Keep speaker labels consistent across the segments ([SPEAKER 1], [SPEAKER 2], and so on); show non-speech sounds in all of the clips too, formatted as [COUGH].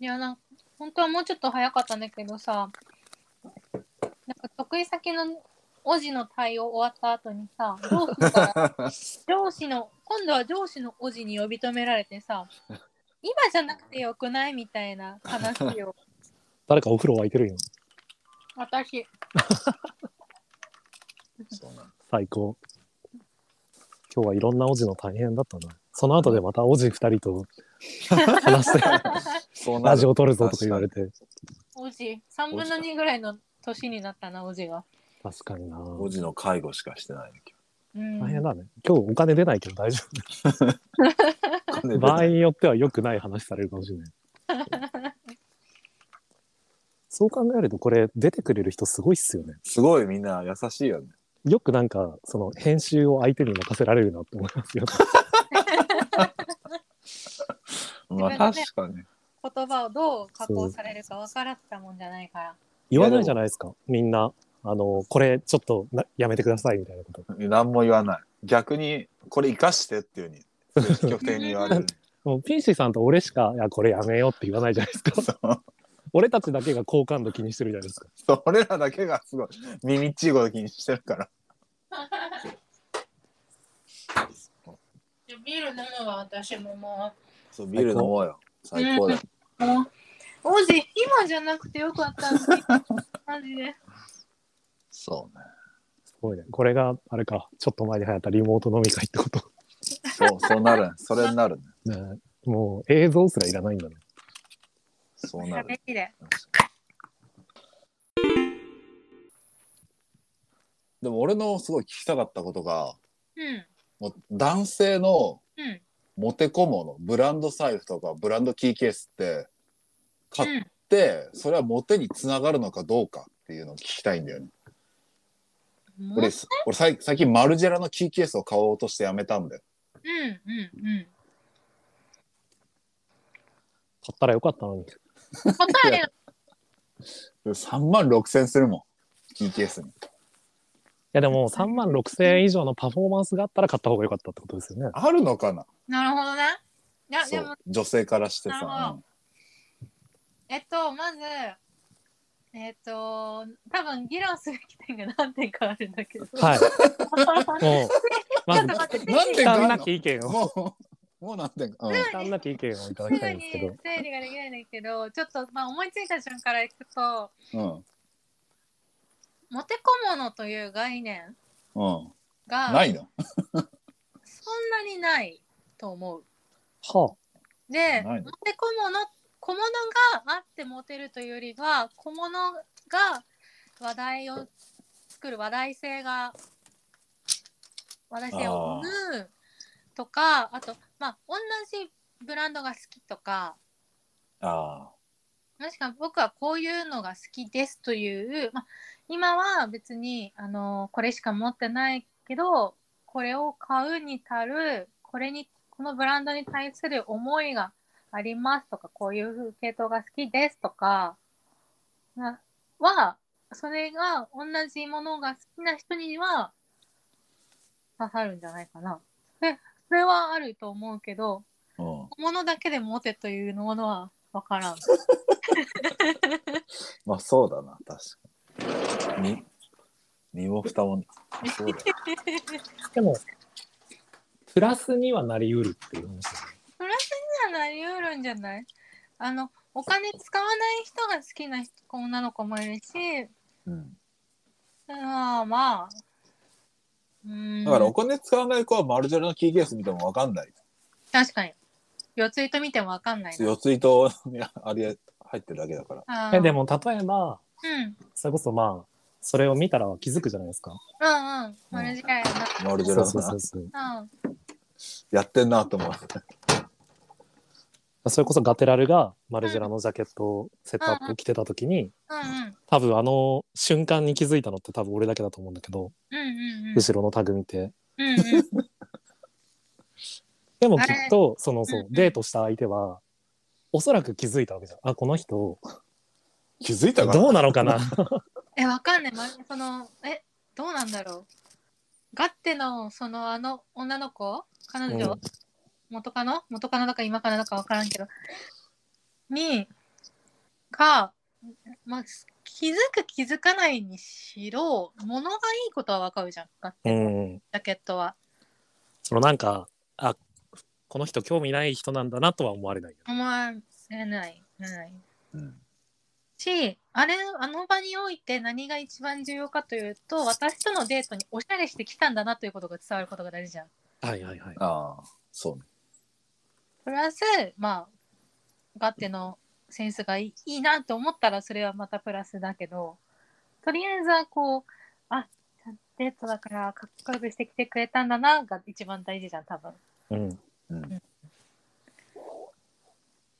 [SPEAKER 1] いやなんか本当はもうちょっと早かったんだけどさなんか得意先のおじの対応終わった後にさ上司 [LAUGHS] から上司の今度は上司のおじに呼び止められてさ今じゃなくてよくないみたいな話 [LAUGHS] を
[SPEAKER 2] 誰かお風呂沸いてるよ。
[SPEAKER 1] 私
[SPEAKER 3] そうなん
[SPEAKER 2] 最高。今日はいろんなおじの大変だったな。その後でまたおじ二人と話して、
[SPEAKER 3] [LAUGHS] そうな
[SPEAKER 2] ラジ
[SPEAKER 3] る
[SPEAKER 2] オ撮るぞとか言われて。
[SPEAKER 1] おじ3分の2ぐらいの年になったなおじが、
[SPEAKER 2] 確かにな。
[SPEAKER 3] おじの介護しかしてない。
[SPEAKER 1] うん、
[SPEAKER 2] 大変だね。今日お金出ないけど大丈夫。場合によっては良くない話されるかもしれない。そう考えるとこれ出てくれる人すごいっすよね。
[SPEAKER 3] すごいみんな優しいよね。
[SPEAKER 2] よくなんかその編集を相手に任せられるなって思いますよ。
[SPEAKER 3] まあ確かに。
[SPEAKER 1] 言葉をどう加工されるか分からせたもんじゃないから
[SPEAKER 2] 言わないじゃないですか。みんな。あの、これちょっとなやめてくださいみたいなこと。
[SPEAKER 3] 何も言わない。逆にこれ生かしてっていうふうに積極的に言われる。
[SPEAKER 2] もうピンシーさんと俺しか、いや、これやめようって言わないじゃないですか。 [LAUGHS]
[SPEAKER 3] そう
[SPEAKER 2] 俺たちだけが好感度気にしてるじゃないですか。
[SPEAKER 3] そう俺らだけがすごい耳っちいこと気にしてるから。
[SPEAKER 1] ビール飲むわ私もも
[SPEAKER 3] そうビール飲もうよ。最高だよ。
[SPEAKER 1] うもうおじ今じゃなくてよかったのに
[SPEAKER 3] [LAUGHS]
[SPEAKER 1] マジで
[SPEAKER 3] そうね。
[SPEAKER 2] すごいね。これが、あれか、ちょっと前に流行ったリモート飲み会ってこと。
[SPEAKER 3] そうそうなる。それになるね。
[SPEAKER 2] ねもう映像すらいらないんだね。
[SPEAKER 3] そうなる。
[SPEAKER 1] きで
[SPEAKER 3] でも俺のすごい聞きたかったことが、
[SPEAKER 1] うん
[SPEAKER 3] もう男性の
[SPEAKER 1] うん
[SPEAKER 3] モテ小物ブランド財布とかブランドキーケースって買っ
[SPEAKER 1] うん
[SPEAKER 3] て、それはモテにつながるのかどうかっていうのを聞きたいんだよね。
[SPEAKER 1] もう
[SPEAKER 3] 俺す俺さい最近マルジェラのキーケースを買おうとしてやめたんだよ。
[SPEAKER 1] うんうんうん
[SPEAKER 2] 買ったらよかったのに。
[SPEAKER 1] 答
[SPEAKER 3] [LAUGHS]
[SPEAKER 1] え
[SPEAKER 3] 3万6千するもんキーケースに。
[SPEAKER 2] いやでも3万6千円以上のパフォーマンスがあったら買った方が良かったってことですよね。
[SPEAKER 3] あるのかな
[SPEAKER 1] なるほどねいや
[SPEAKER 3] そ
[SPEAKER 1] でも
[SPEAKER 3] う女性からして
[SPEAKER 1] なる
[SPEAKER 3] さ
[SPEAKER 1] ほ。えっとまずえっと多分議論すべき点が何点かあるんだ
[SPEAKER 3] [LAUGHS]
[SPEAKER 1] けど
[SPEAKER 2] はい。
[SPEAKER 1] [LAUGHS]
[SPEAKER 2] もう、ま
[SPEAKER 1] ちょ
[SPEAKER 2] ず
[SPEAKER 1] っと、待って
[SPEAKER 3] なんで
[SPEAKER 2] 負担なき意見
[SPEAKER 3] うん
[SPEAKER 2] を、
[SPEAKER 3] もうもうなんていうか、うん
[SPEAKER 2] 負担なき意見をいただ
[SPEAKER 1] す
[SPEAKER 2] きた
[SPEAKER 1] ぐ
[SPEAKER 2] いん
[SPEAKER 1] に
[SPEAKER 2] ですけど。
[SPEAKER 1] 整理ができないんだけどちょっとまあ思いついた瞬間からいくと
[SPEAKER 3] うん
[SPEAKER 1] モテ小物という概念
[SPEAKER 3] うん、
[SPEAKER 1] が
[SPEAKER 3] ないの
[SPEAKER 1] そんなにないと思う。
[SPEAKER 2] は
[SPEAKER 1] で
[SPEAKER 3] ない
[SPEAKER 1] モテ小物小物があってモテるというよりは小物が話題を作る話題性が話題性を生むとかあとまあ同じブランドが好きとか
[SPEAKER 3] あ
[SPEAKER 1] もしくは僕はこういうのが好きですという、まあ、今は別にあのこれしか持ってないけどこれを買うに足るこれにこのブランドに対する思いがありますとかこういう系統が好きですとかなはそれが同じものが好きな人には刺さるんじゃないかな。でそれはあると思うけど
[SPEAKER 3] あ、うん、
[SPEAKER 1] 小物だけで持てというものは分からん。
[SPEAKER 3] まあそうだな確かに。身身も蓋もそうだよ
[SPEAKER 2] あ。でも、プラスにはなりうるっていう話ですね。
[SPEAKER 1] なりうるんじゃないあのお金使わない人が好きな人女の子もいるし
[SPEAKER 3] うん
[SPEAKER 1] まあまあうーん
[SPEAKER 3] だからお金使わない子はマルジェラのキーケース見てもわかんない。
[SPEAKER 1] 確かに四つ糸見てもわかんないな
[SPEAKER 3] 四つ糸にあれ入ってるだけだから。
[SPEAKER 1] あー
[SPEAKER 2] えでも例えば、
[SPEAKER 1] うんうん
[SPEAKER 2] それこそまあ、それを見たら気づくじゃないですか。
[SPEAKER 1] うんうんマルジェラや
[SPEAKER 3] マルジェ
[SPEAKER 2] そう
[SPEAKER 3] ラ
[SPEAKER 2] そう
[SPEAKER 3] さ
[SPEAKER 2] そ
[SPEAKER 3] ん
[SPEAKER 2] うそう。
[SPEAKER 1] なうん
[SPEAKER 3] やってんなと思う。
[SPEAKER 2] それこそガテラルがマルジェラのジャケットをセットアップを着てた時に、
[SPEAKER 1] うん
[SPEAKER 2] 多分あの瞬間に気づいたのって多分俺だけだと思うんだけど、
[SPEAKER 1] うんうんうん
[SPEAKER 2] 後ろのタグ見て。
[SPEAKER 1] うんうん
[SPEAKER 2] でもきっと、そのそう
[SPEAKER 1] う、ん
[SPEAKER 2] デートした相手は、おそらく気づいたわけじゃん。あ、この人、
[SPEAKER 3] 気づいたかな
[SPEAKER 2] どうなのかな
[SPEAKER 1] えわかんない、ま、そのえどうなんだろうガッテのそのあの女の子彼女、
[SPEAKER 2] うん
[SPEAKER 1] 元カノ元カノだか今カノだかわからんけどにか、まあ、気づく気づかないにしろ物がいいことはわかるじゃんジ
[SPEAKER 2] うん。
[SPEAKER 1] ャケットは
[SPEAKER 2] そのなんか、あ、この人興味ない人なんだなとは思われないよね。
[SPEAKER 1] 思われないない
[SPEAKER 3] うん。
[SPEAKER 1] しあれあの場において何が一番重要かというと私とのデートにおしゃれしてきたんだなということが伝わることが大事じゃん。
[SPEAKER 2] はいはいはい。
[SPEAKER 3] ああ、そうね。
[SPEAKER 1] プラスまあガッテのセンスがいいいいなと思ったらそれはまたプラスだけどとりあえずはこうあデートだからかっこよくしてきてくれたんだなが一番大事じゃん多分
[SPEAKER 2] うん。 [LAUGHS]
[SPEAKER 3] うん。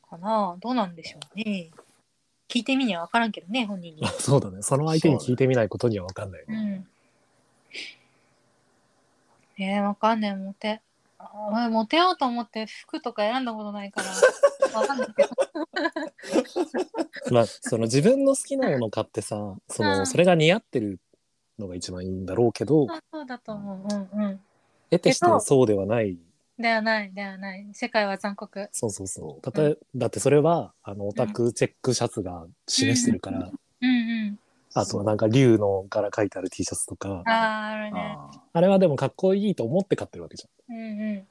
[SPEAKER 1] かなどうなんでしょうね聞いてみには分からんけどね本人に
[SPEAKER 2] [LAUGHS] あそうだね。その相手に聞いてみないことには分かんないよ
[SPEAKER 1] う
[SPEAKER 2] ね。
[SPEAKER 1] んえー、分かんないモテあ俺モテようと思って服とか選んだことないから分かんないけど
[SPEAKER 2] [LAUGHS] まあ、その自分の好きなもの買ってさ、その、それが似合ってるのが一番いいんだろうけど、
[SPEAKER 1] そうそうだと思ううんうん
[SPEAKER 2] 得てしてはそうではない。
[SPEAKER 1] ではないではない世界は残酷
[SPEAKER 2] そうそうそう。たとえだってそれは、あの、オタクチェックシャツが示してるから、
[SPEAKER 1] うんうん
[SPEAKER 2] あとはなんか竜の柄書いてある T シャツとか、
[SPEAKER 1] あああるね
[SPEAKER 3] ああ、
[SPEAKER 2] あれはでもかっこいいと思って買ってるわけじ
[SPEAKER 1] うんうん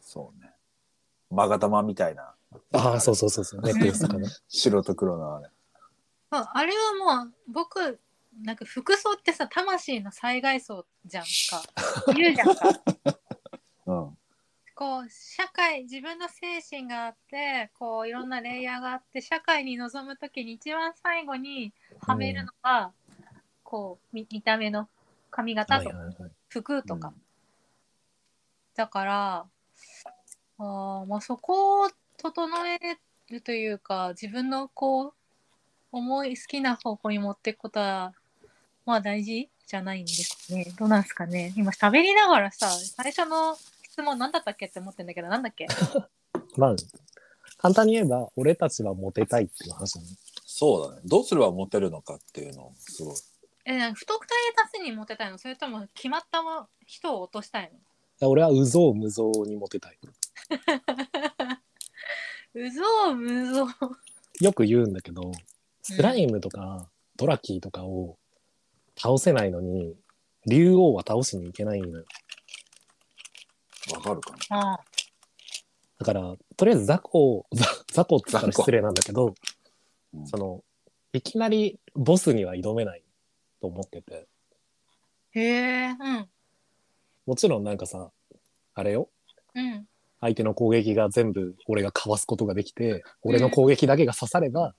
[SPEAKER 3] そうね。マガタマみたいな。
[SPEAKER 2] ゃん。ああ、そうそうそうそう、ネックレスとかね。
[SPEAKER 3] 白と黒のあれ。
[SPEAKER 1] そうあれはもう僕なんか服装ってさ魂の災害層じゃ
[SPEAKER 2] [LAUGHS]
[SPEAKER 1] んか言うじゃんか
[SPEAKER 3] うん。
[SPEAKER 1] こう社会自分の精神があってこういろんなレイヤーがあって社会に臨む時に一番最後にはめるのが、こう見見た目の髪型
[SPEAKER 2] はい
[SPEAKER 1] と
[SPEAKER 2] はい
[SPEAKER 1] か
[SPEAKER 2] はい。
[SPEAKER 1] 服とか、
[SPEAKER 3] うん
[SPEAKER 1] だからあー、まあ、そこを整えるというか自分のこう思い好きな方向に持っていくことはまあ大事じゃないんですねどうなんですかね今喋りながらさ最初の質問何だったっけって思ってんだけどなんだっけ
[SPEAKER 2] まあ、簡単に言えば、俺たちはモテたいっていう話だね。
[SPEAKER 3] そうだね。どうすればモテるのかっていうのを、すごい。
[SPEAKER 1] えなんか不特定多数にモテたいのそれとも決まった人を落としたいの
[SPEAKER 2] 俺はうぞうむぞうにモテたい。
[SPEAKER 1] うぞうむぞう
[SPEAKER 2] よく言うんだけど、スライムとかドラキーとかを倒せないのに、竜王は倒しに行けないのよ。
[SPEAKER 3] わかるかな。
[SPEAKER 1] あ
[SPEAKER 2] だから、とりあえず雑魚を、雑雑魚って言ったら失礼なんだけど、
[SPEAKER 3] うん
[SPEAKER 2] その、いきなりボスには挑めないと思ってて。
[SPEAKER 1] へえうん
[SPEAKER 2] もちろんなんかさ、あれよ、
[SPEAKER 1] うん
[SPEAKER 2] 相手の攻撃が全部俺がかわすことができて、俺の攻撃だけが刺されば、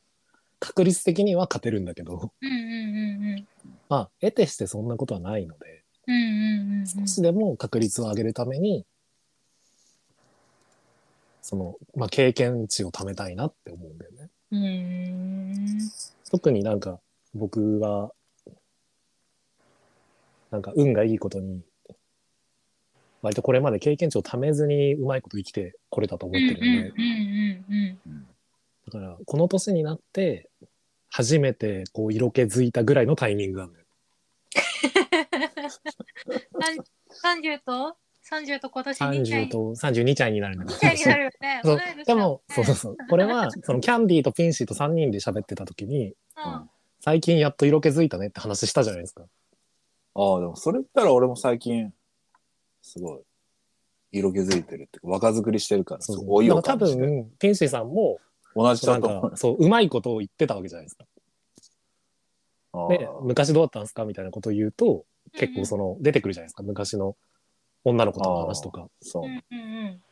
[SPEAKER 2] 確率的には勝てるんだけど、
[SPEAKER 1] うんうんうんうん
[SPEAKER 2] まあ、得てしてそんなことはないので、
[SPEAKER 1] うんうんうんうん
[SPEAKER 2] 少しでも確率を上げるために、その、まあ、経験値を貯めたいなって思うんだよね。
[SPEAKER 1] うーん
[SPEAKER 2] 特になんか、僕は、なんか運がいいことに、割とこれまで経験値を貯めずにうまいこと生きてこれたと思ってるんで、
[SPEAKER 1] うんうんうん
[SPEAKER 3] うん
[SPEAKER 2] だから、この年になって、初めてこう色気づいたぐらいのタイミングなんだよ。
[SPEAKER 1] 三十と三十と今年二歳
[SPEAKER 2] 30と32歳になるんだ
[SPEAKER 1] 二
[SPEAKER 2] け
[SPEAKER 1] 歳に
[SPEAKER 2] ど
[SPEAKER 1] なるよね。
[SPEAKER 2] そ
[SPEAKER 1] 同
[SPEAKER 2] う
[SPEAKER 1] い年だね
[SPEAKER 2] でも、そうそうそう。こ
[SPEAKER 1] [LAUGHS]
[SPEAKER 2] れは、そのキャンディーとピンシーと3人で喋ってた時に、
[SPEAKER 1] うん
[SPEAKER 2] 最近やっと色気づいたねって話したじゃないですか。
[SPEAKER 3] ああ、でもそれ言ったら俺も最近、すごい、色気づいてるっていうか、若作りしてるから、す
[SPEAKER 2] そう
[SPEAKER 3] ごい
[SPEAKER 2] だ
[SPEAKER 3] を
[SPEAKER 2] から
[SPEAKER 3] 感
[SPEAKER 2] 多
[SPEAKER 3] じて、
[SPEAKER 2] 分、ピンシーさんも、
[SPEAKER 3] 同じ
[SPEAKER 2] な
[SPEAKER 3] だ
[SPEAKER 2] ん
[SPEAKER 3] と思
[SPEAKER 2] か、そう、うまいことを言ってたわけじゃないですか。
[SPEAKER 3] う。
[SPEAKER 2] で、
[SPEAKER 3] あ
[SPEAKER 2] 昔どうだったんですかみたいなことを言うと、結構
[SPEAKER 1] う
[SPEAKER 2] その、出てくるじゃないですか。昔の女の子との話とか。
[SPEAKER 3] あそう
[SPEAKER 1] う。んうんうん。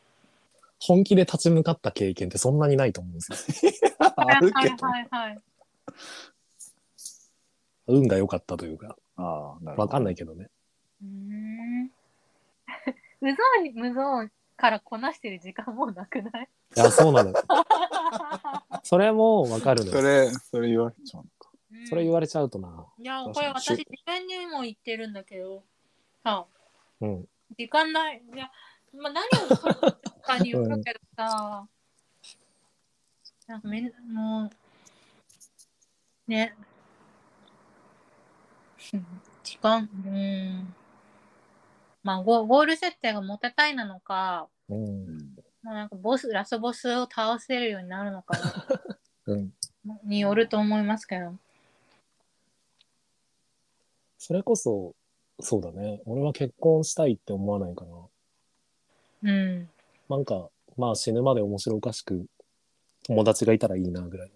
[SPEAKER 2] 本気で立ち向かった経験ってそんなにないと思うんですよ。
[SPEAKER 1] は
[SPEAKER 3] [LAUGHS] あ
[SPEAKER 1] い
[SPEAKER 3] る
[SPEAKER 1] は
[SPEAKER 3] け
[SPEAKER 1] い
[SPEAKER 3] ど。
[SPEAKER 1] はいはい。
[SPEAKER 2] 運が良かったというか、
[SPEAKER 3] ああ、なるほど。
[SPEAKER 2] わかんないけどね。
[SPEAKER 1] うーん。無造に無造からこなしてる時間もうなくない？
[SPEAKER 2] いや、そうなの。
[SPEAKER 1] [LAUGHS]
[SPEAKER 2] それもわかるの
[SPEAKER 3] そ
[SPEAKER 2] よ。
[SPEAKER 3] れ、それ言われちゃうのか。
[SPEAKER 2] それ言
[SPEAKER 1] わ。
[SPEAKER 2] われちゃうとな。
[SPEAKER 1] いやこれ私
[SPEAKER 3] そうそう
[SPEAKER 1] 自分にも言ってるんだけど、さ
[SPEAKER 2] うん。
[SPEAKER 1] 時間ない。いや、まあ、何を取るかによるけどさ、なんかめん、もう、ね。うん時間、うん。まあゴ、ゴール設定がモテたいなのか、
[SPEAKER 2] うん。
[SPEAKER 3] うん
[SPEAKER 1] もうなんかボス、ラスボスを倒せるようになるのか
[SPEAKER 2] うん。
[SPEAKER 1] なによると思いますけど。
[SPEAKER 2] それこそ、そうだね。俺は結婚したいって思わないか
[SPEAKER 1] うん。
[SPEAKER 2] な。なんか、まあ死ぬまで面白おかしく友達がいたらいいなぐらい。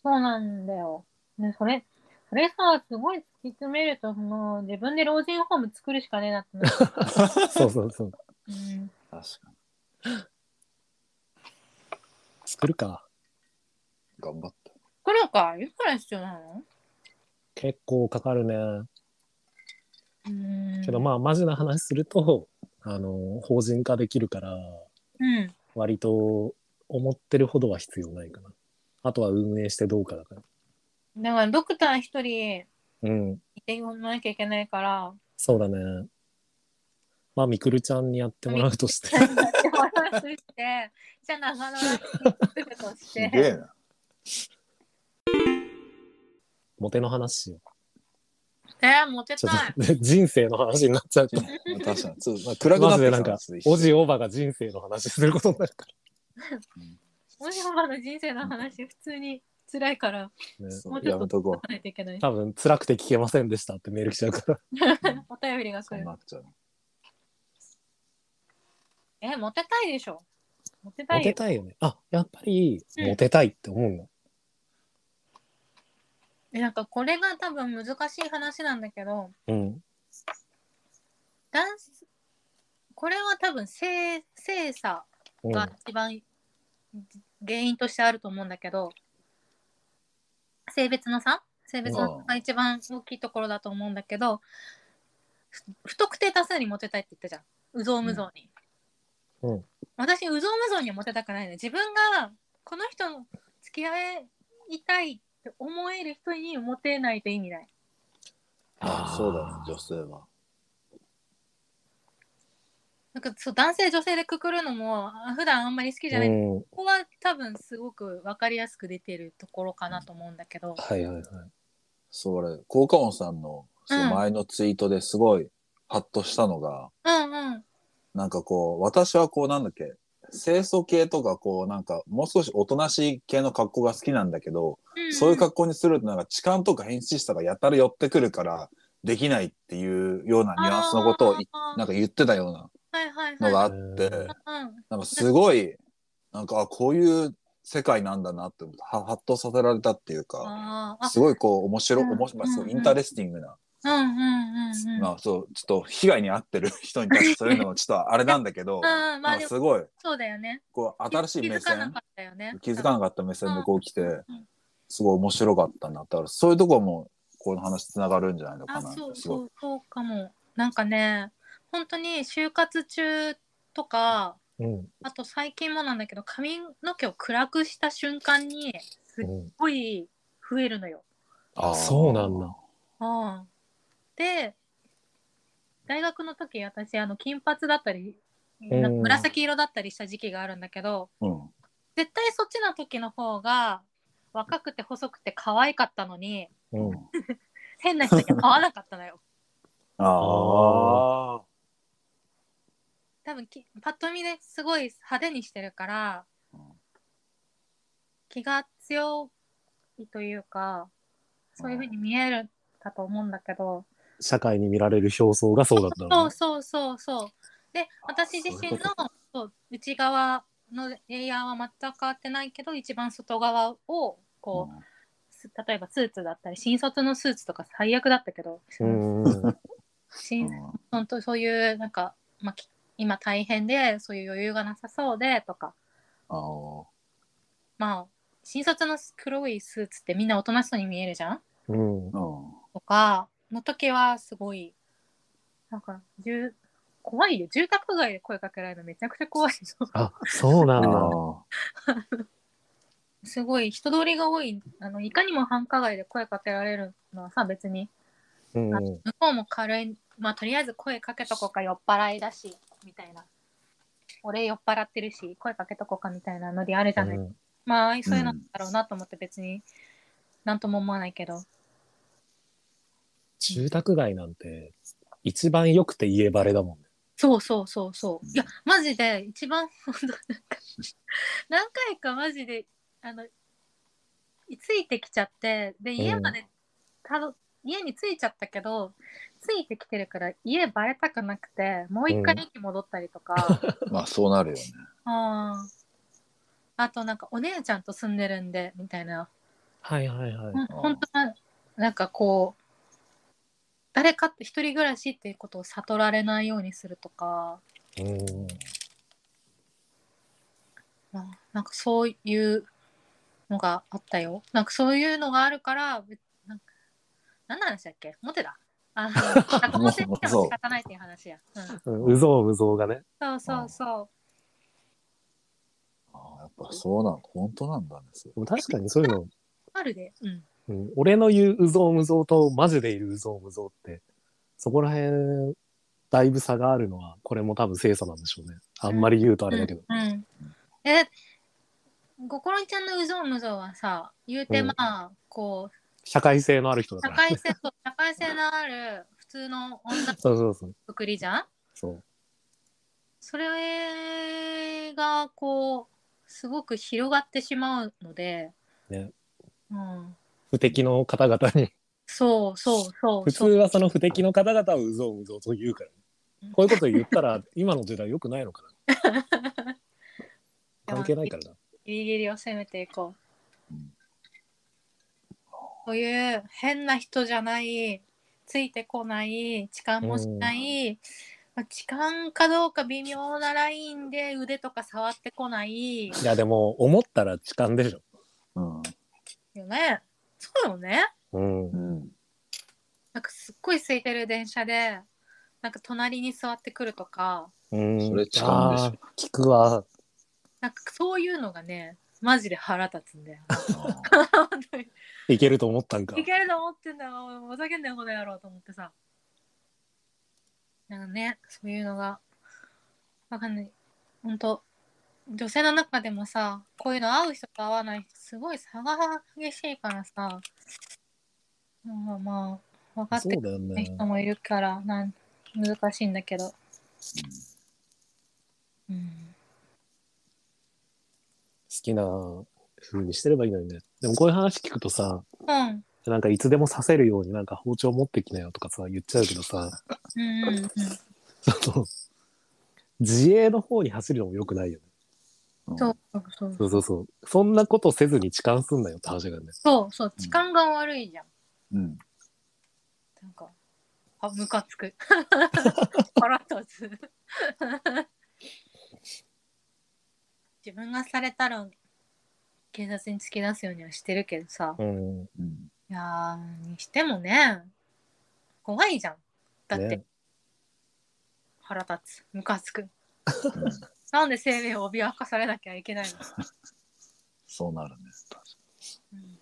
[SPEAKER 1] そうなんだよ。ね、それ、それさ、すごい突き詰めると、その、自分で老人ホーム作るしかねえなってなる。
[SPEAKER 2] そうそうそ
[SPEAKER 1] う
[SPEAKER 2] う。
[SPEAKER 1] ん。
[SPEAKER 3] 確かに。
[SPEAKER 2] 作るか。
[SPEAKER 3] 頑張った。
[SPEAKER 1] 作るか、いくら必要なの
[SPEAKER 2] 結構かかるね。
[SPEAKER 1] うん。
[SPEAKER 2] けどまあマジな話すると、あの、法人化できるから、
[SPEAKER 1] うん。
[SPEAKER 2] 割と思ってるほどは必要ないかな。あとは運営してどうかだから。
[SPEAKER 1] だから、ドクター一人
[SPEAKER 2] うん。
[SPEAKER 1] いてもらわなきゃいけないから、
[SPEAKER 2] そうだね。まあ、みくるちゃんにやってもらうと
[SPEAKER 1] [LAUGHS]
[SPEAKER 2] して。
[SPEAKER 1] やってもらうとして、じゃあ生のラッキー作るとし
[SPEAKER 3] すげえ
[SPEAKER 1] て、
[SPEAKER 3] な。
[SPEAKER 2] モテの話しよう。
[SPEAKER 1] えー、モテ
[SPEAKER 2] ちょ
[SPEAKER 1] たい。
[SPEAKER 2] っと人生の話になっちゃうけど。
[SPEAKER 3] 確かに。そう、まあ、暗くな
[SPEAKER 2] マ
[SPEAKER 3] っ
[SPEAKER 2] ジ
[SPEAKER 3] て
[SPEAKER 2] で
[SPEAKER 3] き
[SPEAKER 2] なん
[SPEAKER 3] た
[SPEAKER 2] か
[SPEAKER 3] 話で、一緒
[SPEAKER 2] おじおばが人生の話することになるか
[SPEAKER 1] もしもの人生の話、普通に辛いから、
[SPEAKER 2] らね。
[SPEAKER 3] そうやめとこ
[SPEAKER 1] 書かないといけない。
[SPEAKER 2] 多分、辛くて聞けませんでしたってメール来ちゃうから。
[SPEAKER 1] お便りが
[SPEAKER 3] う。そ
[SPEAKER 1] 来
[SPEAKER 3] う
[SPEAKER 1] る
[SPEAKER 3] な。っちゃう。
[SPEAKER 1] え、モテたいでしょ。モテた
[SPEAKER 2] モ
[SPEAKER 1] いよ
[SPEAKER 2] テ。たいよね。あ、やっぱり、
[SPEAKER 1] うん
[SPEAKER 2] モテたいって思うの。
[SPEAKER 1] えなんかこれが多分難しい話なんだけど、
[SPEAKER 2] うん。
[SPEAKER 1] ダンス、これは多分性、性差
[SPEAKER 2] うん。
[SPEAKER 1] が一番原因としてあると思うんだけど性別の差性別の差が一番大きいところだと思うんだけどふ不特定多数にモテたいって言ったじゃんうぞうむぞうに、
[SPEAKER 2] うんうん
[SPEAKER 1] 私うぞうむぞうにはモテたくないの自分がこの人の付き合いたいって思える人にモテないと意味ない
[SPEAKER 2] あー
[SPEAKER 3] そうだね、女性は。
[SPEAKER 1] なんかそう男性女性でくくるのもあ普段あんまり好きじゃない、
[SPEAKER 2] うん。
[SPEAKER 1] ここは多分すごく分かりやすく出てるところかなと思うんだけど、
[SPEAKER 2] はいはいはい。
[SPEAKER 3] そう、俺、効果音さんのその前のツイートですごい、ハッとしたのが、
[SPEAKER 1] うんうん。
[SPEAKER 3] なんかこう、私はこう、なんだっけ、清楚系とか、こう、なんか、もう少しおとなしい系の格好が好きなんだけど、そういう
[SPEAKER 1] か
[SPEAKER 3] 格好にすると、なんか、痴漢とか変質さがやたら寄ってくるから、できないっていうようなニュアンスのことをい、なん
[SPEAKER 1] か
[SPEAKER 3] か言ってたような
[SPEAKER 1] はいはいは
[SPEAKER 3] の
[SPEAKER 1] い
[SPEAKER 3] があって、
[SPEAKER 1] うん
[SPEAKER 3] なんかすごい、なんか、あこういう世界なんだなって思った、はハッとさせられたっていうか、
[SPEAKER 1] あー
[SPEAKER 3] すごいこう、面白、
[SPEAKER 1] うん
[SPEAKER 3] 面白、まあ、すご
[SPEAKER 1] うん
[SPEAKER 3] いインタレスティングな、
[SPEAKER 1] あうんうんうんうん
[SPEAKER 3] まあそう、ちょっと被害に遭ってる [LAUGHS] 人に対してそういうのもちょっとあれなんだけど、
[SPEAKER 1] うんま
[SPEAKER 3] な
[SPEAKER 1] あ
[SPEAKER 3] ん
[SPEAKER 1] で
[SPEAKER 3] か
[SPEAKER 1] も
[SPEAKER 3] すごい、
[SPEAKER 1] そうだよね
[SPEAKER 3] こう、新しい目
[SPEAKER 1] 気づかな
[SPEAKER 3] 線
[SPEAKER 1] か、ったよね
[SPEAKER 3] 気づか
[SPEAKER 1] な
[SPEAKER 3] なかった目線でこう来て
[SPEAKER 1] ん、
[SPEAKER 3] すごい面白かったな。だからそういうとこも、この話つながるんじゃないのか
[SPEAKER 1] あ
[SPEAKER 3] な。
[SPEAKER 1] そう
[SPEAKER 3] すごい
[SPEAKER 1] そうそうかもなんかね本当に就活中とか
[SPEAKER 2] うん。
[SPEAKER 1] あと最近もなんだけど髪の毛を暗くした瞬間にすっ
[SPEAKER 2] うん。
[SPEAKER 1] ごい増えるのよ
[SPEAKER 3] あー
[SPEAKER 2] そうなんだ。
[SPEAKER 1] うんで大学の時私あの金髪だったりなんか紫色だったりした時期があるんだけど、
[SPEAKER 3] うん。
[SPEAKER 1] 絶対そっちの時の方が若くて細くて可愛かったのに
[SPEAKER 2] うん。
[SPEAKER 1] [LAUGHS] 変な人に合わなかったのよ
[SPEAKER 3] ああ。
[SPEAKER 1] 多分きパッと見ですごい派手にしてるから
[SPEAKER 3] うん
[SPEAKER 1] 気が強いというかそういう風に見えるかと思うんだけど、
[SPEAKER 2] 社会に見られる表層がそうだった
[SPEAKER 1] そ
[SPEAKER 2] の
[SPEAKER 1] う
[SPEAKER 2] ね。
[SPEAKER 1] そうそうそうで私自身のそう内側のレイヤーは全く変わってないけど一番外側をこう、す例えばスーツだったり新卒のスーツとか最悪だったけど、
[SPEAKER 2] うんうんうん。
[SPEAKER 1] 新本当そういうなんか、まあ、き今大変でそういう余裕がなさそうでとか
[SPEAKER 3] ああ。
[SPEAKER 1] まあ新卒の黒いスーツってみんな大人しそうに見えるじゃん
[SPEAKER 2] うん。
[SPEAKER 3] うん。
[SPEAKER 1] とかの時はすごいなんか住怖いよ住宅街で声かけられるのめちゃくちゃ怖いよ
[SPEAKER 2] あ、そうなんだ。
[SPEAKER 1] すごい人通りが多いあのいかにも繁華街で声かけられるのはさ別に
[SPEAKER 2] うんうん。
[SPEAKER 1] 向こうも軽いまあとりあえず声かけとこうか酔っ払いだしみたいな俺酔っ払ってるし声かけとこうかみたいなノリあるじゃない、
[SPEAKER 2] うん
[SPEAKER 1] まあそういうのだろうなと思って別になんとも思わないけど、
[SPEAKER 2] 住宅街なんて、一番良くて家バレだもんね。
[SPEAKER 1] そうそうそうそういやマジで一番本当なんか何回かマジであのついてきちゃってで家までたど、家に着いちゃったけどついてきてるから家バレたくなくてもう一回駅戻ったりとか、 [LAUGHS]
[SPEAKER 3] まあそうなるよね。
[SPEAKER 1] あーあとなんかお姉ちゃんと住んでるんでみたいな
[SPEAKER 2] はいはいはい。
[SPEAKER 1] ほん本当はなんかこう誰かって一人暮らしっていうことを悟られないようにするとか、
[SPEAKER 2] うん。
[SPEAKER 1] まあ、なんかそういうのがあったよなんかそういうのがあるからべなんか何の話だっけモテだ [LAUGHS] あの学校生活は仕方ないっていう話や、うん、
[SPEAKER 2] うんうぞううぞうがね。
[SPEAKER 1] そうそうそう
[SPEAKER 3] ああやっぱそうなん本当なんだね。それ
[SPEAKER 2] でも確かにそういうの、
[SPEAKER 1] あるでうん
[SPEAKER 2] うん、俺の言ううぞうむぞうとマジでいるうぞうむぞうって、そこら辺、だいぶ差があるのは、これも多分清楚なんでしょうね。あんまり言うとあれだけど。
[SPEAKER 1] うんうん、え心ちゃんのうぞうむぞうはさ言うて
[SPEAKER 2] うん
[SPEAKER 1] まあ、こう
[SPEAKER 2] 社会性のある人だか
[SPEAKER 1] 社
[SPEAKER 2] ら。
[SPEAKER 1] 会性そう社会性のある普通の女の
[SPEAKER 2] そうそうそう。
[SPEAKER 1] 作りじゃん
[SPEAKER 2] そう
[SPEAKER 1] それがこうすごく広がってしまうので、
[SPEAKER 2] ね
[SPEAKER 1] うん、
[SPEAKER 2] 不敵の方々に。
[SPEAKER 1] そうそうそ
[SPEAKER 2] 普
[SPEAKER 1] う
[SPEAKER 2] 通
[SPEAKER 1] そう
[SPEAKER 2] はその不敵の方々をうぞううぞうと言うから、ね。こういうこと言ったら、今の時代良くないのか
[SPEAKER 1] [LAUGHS]
[SPEAKER 2] な。関係ないからな。
[SPEAKER 1] ギリギリを攻めていこう
[SPEAKER 3] うん。
[SPEAKER 1] こういう変な人じゃない、ついてこない、痴漢もしない、まあ痴漢かどうか微妙なラインで腕とか触ってこない
[SPEAKER 2] いや、でも、思ったら痴漢でしょ。
[SPEAKER 3] うん
[SPEAKER 1] よね。そうよね。
[SPEAKER 2] うん
[SPEAKER 3] う。ん
[SPEAKER 1] なんかすっごい空いてる電車で、なんか隣に座ってくるとか、
[SPEAKER 2] うん。
[SPEAKER 3] それ痴漢でしょ
[SPEAKER 2] あー聞くわ。
[SPEAKER 1] なんかそういうのがね、マジで腹立つんだ [LAUGHS] よ。
[SPEAKER 3] あ
[SPEAKER 1] 本当に
[SPEAKER 2] いけると思ったんか。
[SPEAKER 1] いけると思ってんだよ。おいふざけんなよ、この野郎と思ってさ。なんかね、そういうのが、わかんない。ほんと、女性の中でもさ、こういうの合う人と合わない人、すごい差が激しいからさ、まあまあ、分かっ
[SPEAKER 2] そ
[SPEAKER 1] て
[SPEAKER 2] う
[SPEAKER 1] く
[SPEAKER 2] だよ
[SPEAKER 1] れない
[SPEAKER 2] ね。
[SPEAKER 1] 人もいるから、なん難しいんだけど。うん。
[SPEAKER 2] 好きな風にしてればいいのにね。でもこういう話聞くとさ、
[SPEAKER 1] うん。
[SPEAKER 2] なんかいつでも刺せるようになんか包丁持ってきなよとかさ、言っちゃうけどさ、 [LAUGHS]
[SPEAKER 1] うんうんうん。
[SPEAKER 2] その自衛の方に走るのも良くないよね。
[SPEAKER 3] ー
[SPEAKER 1] そうそうそう。
[SPEAKER 2] そうそうそう。そんなことせずに痴漢すんなよって話がね。
[SPEAKER 1] そうそう、痴漢が悪いじゃん。
[SPEAKER 3] うん
[SPEAKER 1] なんか、あ、ムカつく。 [LAUGHS] 腹立つ。自分がされたら、警察に突き出すようにはしてるけどさ。
[SPEAKER 2] うん。
[SPEAKER 3] うん
[SPEAKER 1] いやー、にしてもね、怖いじゃん。だって、
[SPEAKER 2] ね
[SPEAKER 1] 腹立つ。ムカつく。なんで生命を脅かされなきゃいけないの、
[SPEAKER 3] そうなるね。
[SPEAKER 1] うん、い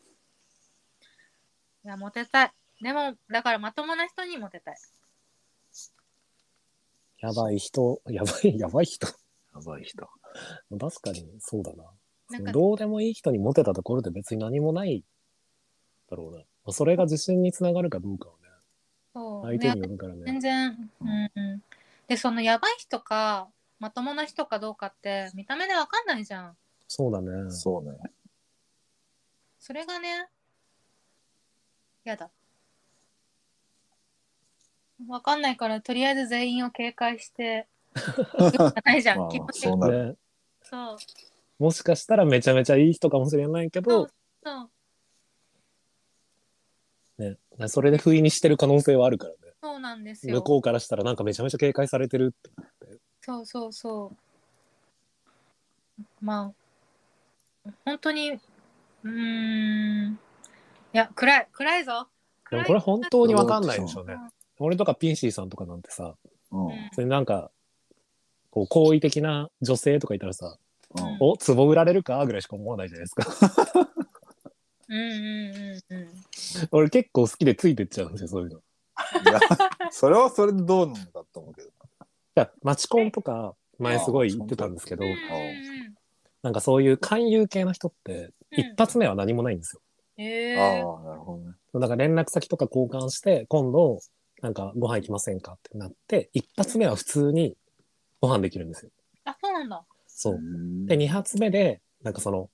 [SPEAKER 1] や、モテたい。でも、だからまともな人にモテたい。
[SPEAKER 2] やばい人、やばい、やばい人。 [LAUGHS]
[SPEAKER 3] やばい人。
[SPEAKER 2] 確かにそうだな。
[SPEAKER 1] なんか
[SPEAKER 2] そのどうでもいい人にモテたところで別に何もないだろうな。まあそれが自信につながるかどうかはね、
[SPEAKER 1] そう
[SPEAKER 2] 相手によるからね
[SPEAKER 1] 全。然、う
[SPEAKER 3] う
[SPEAKER 1] んんうん、でそのやばい人かまともな人かどうかって見た目でわかんないじゃん
[SPEAKER 2] そうだね。
[SPEAKER 3] そうね。
[SPEAKER 1] それがねやだわかんないからとりあえず全員を警戒して
[SPEAKER 2] [LAUGHS]
[SPEAKER 1] よくないじゃ
[SPEAKER 3] まあ
[SPEAKER 1] ん気持ち
[SPEAKER 3] そうなる。
[SPEAKER 2] ね
[SPEAKER 1] そう
[SPEAKER 2] もしかしたらめちゃめちゃいい人かもしれないけ
[SPEAKER 1] そ
[SPEAKER 2] ど
[SPEAKER 1] う、そう
[SPEAKER 2] ね、それで不意にしてる可能性はあるからね。
[SPEAKER 1] そうなんですよ
[SPEAKER 2] 向こうからしたらなんかめちゃめちゃ警戒されてるって。
[SPEAKER 1] そうそうそう。まあ、本当に、うーん、いや、暗い、暗いぞ。
[SPEAKER 2] で
[SPEAKER 1] 暗い
[SPEAKER 2] もこれ本当にわかんないでしょう
[SPEAKER 1] う
[SPEAKER 2] ね
[SPEAKER 1] ん。
[SPEAKER 2] 俺とかピンシーさんとかなんてさ、
[SPEAKER 3] うん
[SPEAKER 1] うん
[SPEAKER 2] それなんか、こう、好意的な女性とかいたらさ、
[SPEAKER 3] うん
[SPEAKER 2] お、ツボ売られるかぐらいしか思わないじゃないですか。 [LAUGHS]
[SPEAKER 1] うんうんうんうん。
[SPEAKER 2] 俺結構好きでついてっちゃうんですよ、そういうの。い
[SPEAKER 3] いやそれはそれでどうなのかと思うけど。
[SPEAKER 2] や、マチコンとか、前すごい言ってたんですけど
[SPEAKER 1] う、んうん
[SPEAKER 2] なんかそういう勧誘系の人って、
[SPEAKER 1] うん
[SPEAKER 2] 一発目は何もないんですよ。
[SPEAKER 1] うん。え
[SPEAKER 3] ああ
[SPEAKER 1] ー、
[SPEAKER 3] なるほどね。
[SPEAKER 2] だから連絡先とか交換して、今度、なんかご飯行きませんかってなって、一発目は普通にご飯できるんですよ。
[SPEAKER 1] あ、そうなんだ。
[SPEAKER 2] そうう。
[SPEAKER 3] ん
[SPEAKER 2] で、二発目で、なんかその、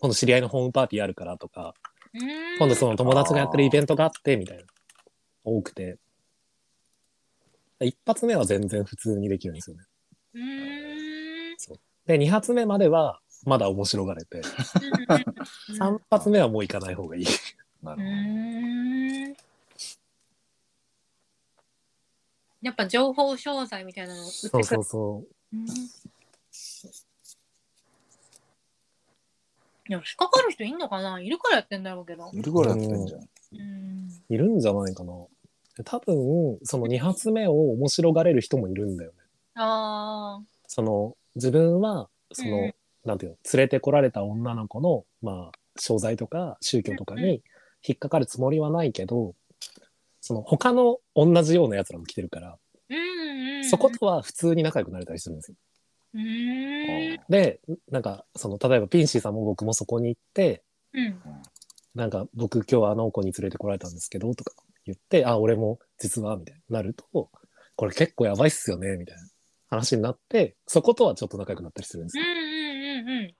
[SPEAKER 2] 今度知り合いのホームパーティーあるからとか、
[SPEAKER 1] うん
[SPEAKER 2] 今度その友達がやってるイベントがあってみたいな、多くて。一発目は全然普通にできるんですよね。
[SPEAKER 1] うーん。
[SPEAKER 2] で、二発目まではまだ面白がれて、三発目はもう行かない方がいい。
[SPEAKER 3] な
[SPEAKER 1] う
[SPEAKER 3] るほど
[SPEAKER 1] ん。やっぱ情報商材みたいなのを売ってく
[SPEAKER 2] そう
[SPEAKER 1] る。
[SPEAKER 2] そうそう。
[SPEAKER 1] うんでも引っかかる人いんのかないるからやってんだろうけど。
[SPEAKER 3] いるからやってんじゃん。
[SPEAKER 1] うん。
[SPEAKER 2] いるんじゃないかな。多分、その2発目を面白がれる人もいるんだよね。
[SPEAKER 1] ああ。
[SPEAKER 2] その、自分は、その、
[SPEAKER 1] うん
[SPEAKER 2] なんていうの、連れてこられた女の子の、まあ、商材とか宗教とか
[SPEAKER 1] うんう
[SPEAKER 2] に引っかかるつもりはないけど、その、他の同じような奴らも来てるから、
[SPEAKER 1] うんうん。
[SPEAKER 2] そことは普通に仲良くなれたりするんですよ。
[SPEAKER 1] うーん。
[SPEAKER 2] で、なんか、その、例えばピンシーさんも僕もそこに行って、
[SPEAKER 1] うん。
[SPEAKER 2] なんか、僕今日あの子に連れてこられたんですけど、とか言って、あ、俺も実は、みたいになると、これ結構やばいっすよね、みたいな話になって、そことはちょっと仲良くなったりするんです
[SPEAKER 1] うん
[SPEAKER 2] よ。
[SPEAKER 1] うんうんうん。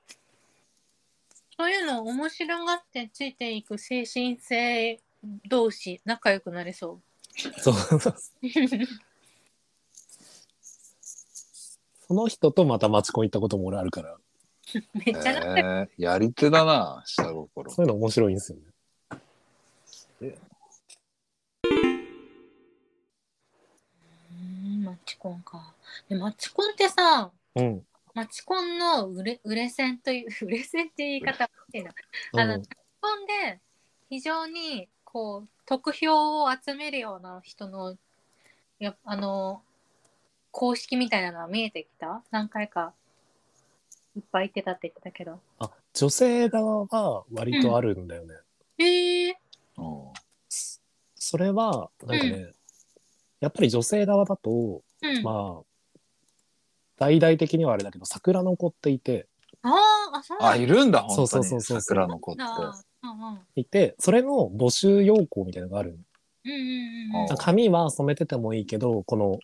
[SPEAKER 1] そういうのを面白がってついていく精神性同士仲良くなれそ。
[SPEAKER 2] そう。そうの人とまた町コン行ったことも俺あるから、
[SPEAKER 1] めっちゃ仲良く
[SPEAKER 3] えー、やり手だな、下心。
[SPEAKER 2] そういうの面白いんですよね。
[SPEAKER 1] うんマッチコンか。でマッチコンってさ、
[SPEAKER 2] うん。
[SPEAKER 1] マチコンの売れ売れ線という [LAUGHS] 売れ線っていう言い方おかしいな。あの
[SPEAKER 2] うん
[SPEAKER 1] 日本で非常にこう得票を集めるような人のやあの公式みたいなのは見えてきた何回かいっぱい行ってたって言ってたけど
[SPEAKER 2] あ、女性側は割とあるんだよね。
[SPEAKER 1] へえ
[SPEAKER 3] うん
[SPEAKER 2] それは、なんかね、
[SPEAKER 1] う
[SPEAKER 2] やっぱり女性側だと、
[SPEAKER 1] [LAUGHS] うん、あ
[SPEAKER 2] まあ、大々的にはあれだけど、桜の子っていて、
[SPEAKER 1] あーあそうな
[SPEAKER 3] あ、
[SPEAKER 1] ん
[SPEAKER 3] いるんだ、
[SPEAKER 2] そ
[SPEAKER 3] 本当
[SPEAKER 2] うそう
[SPEAKER 3] に。
[SPEAKER 2] そうそう
[SPEAKER 3] 桜の子って。
[SPEAKER 1] だうんうん
[SPEAKER 2] いて、それの募集要項みたいなのがあるの。
[SPEAKER 1] うんうんうんうん
[SPEAKER 3] あ
[SPEAKER 2] 髪は染めててもいいけど、この、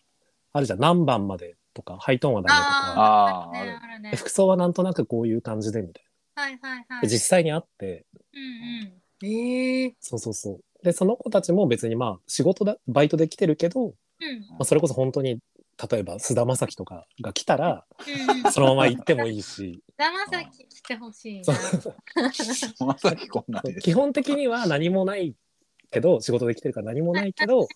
[SPEAKER 2] あるじゃん、何番までとか、ハイトーンはダメとか、
[SPEAKER 1] あー
[SPEAKER 3] あー
[SPEAKER 1] あるねあるね
[SPEAKER 2] 服装はなんとなくこういう感じでみたい
[SPEAKER 1] はいはいは
[SPEAKER 2] な。
[SPEAKER 1] い
[SPEAKER 2] で実際にあって、
[SPEAKER 1] うんうんええ
[SPEAKER 2] そうそうそう。で、その子たちも別にまあ、仕事だ、バイトで来てるけど、
[SPEAKER 1] うん
[SPEAKER 2] まあ、それこそ本当に、例えば菅田将暉とかが来たら、
[SPEAKER 1] うんうん
[SPEAKER 2] そのまま行ってもいいし、
[SPEAKER 1] だまさき来てほしい
[SPEAKER 2] そ
[SPEAKER 1] な
[SPEAKER 3] [LAUGHS]
[SPEAKER 2] う
[SPEAKER 3] まさきこんないで
[SPEAKER 2] 基本的には何もないけど、仕事で来てるから何もないけど、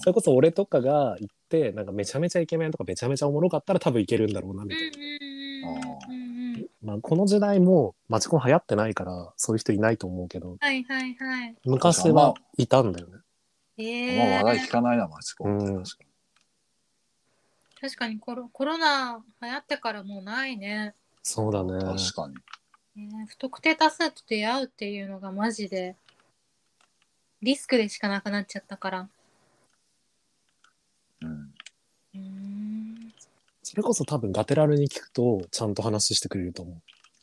[SPEAKER 2] それこそ俺とかが行って、なんかめちゃめちゃイケメンとかめちゃめちゃおもろかったら多分いけるんだろうな、
[SPEAKER 1] うんうんうんうんうん
[SPEAKER 2] みたいな。
[SPEAKER 1] うんうん
[SPEAKER 2] まあ、この時代もマチコン流行ってないから、そういう人いないと思うけど、
[SPEAKER 1] はいはいはい。
[SPEAKER 2] 昔はいたんだよね。
[SPEAKER 1] え
[SPEAKER 3] もう話題聞
[SPEAKER 1] ー、
[SPEAKER 3] かないな、マチコンって。
[SPEAKER 2] うん
[SPEAKER 3] 確か
[SPEAKER 1] 確かにコロコロナ流行ってからもうないね。
[SPEAKER 2] そうだね
[SPEAKER 3] に。。確かに。
[SPEAKER 1] えー不特定多数と出会うっていうのがマジでリスクでしかなくなっちゃったから。
[SPEAKER 3] うん。
[SPEAKER 1] うーん
[SPEAKER 2] それこそ多分ガテラルに聞くと、ちゃんと話してくれると思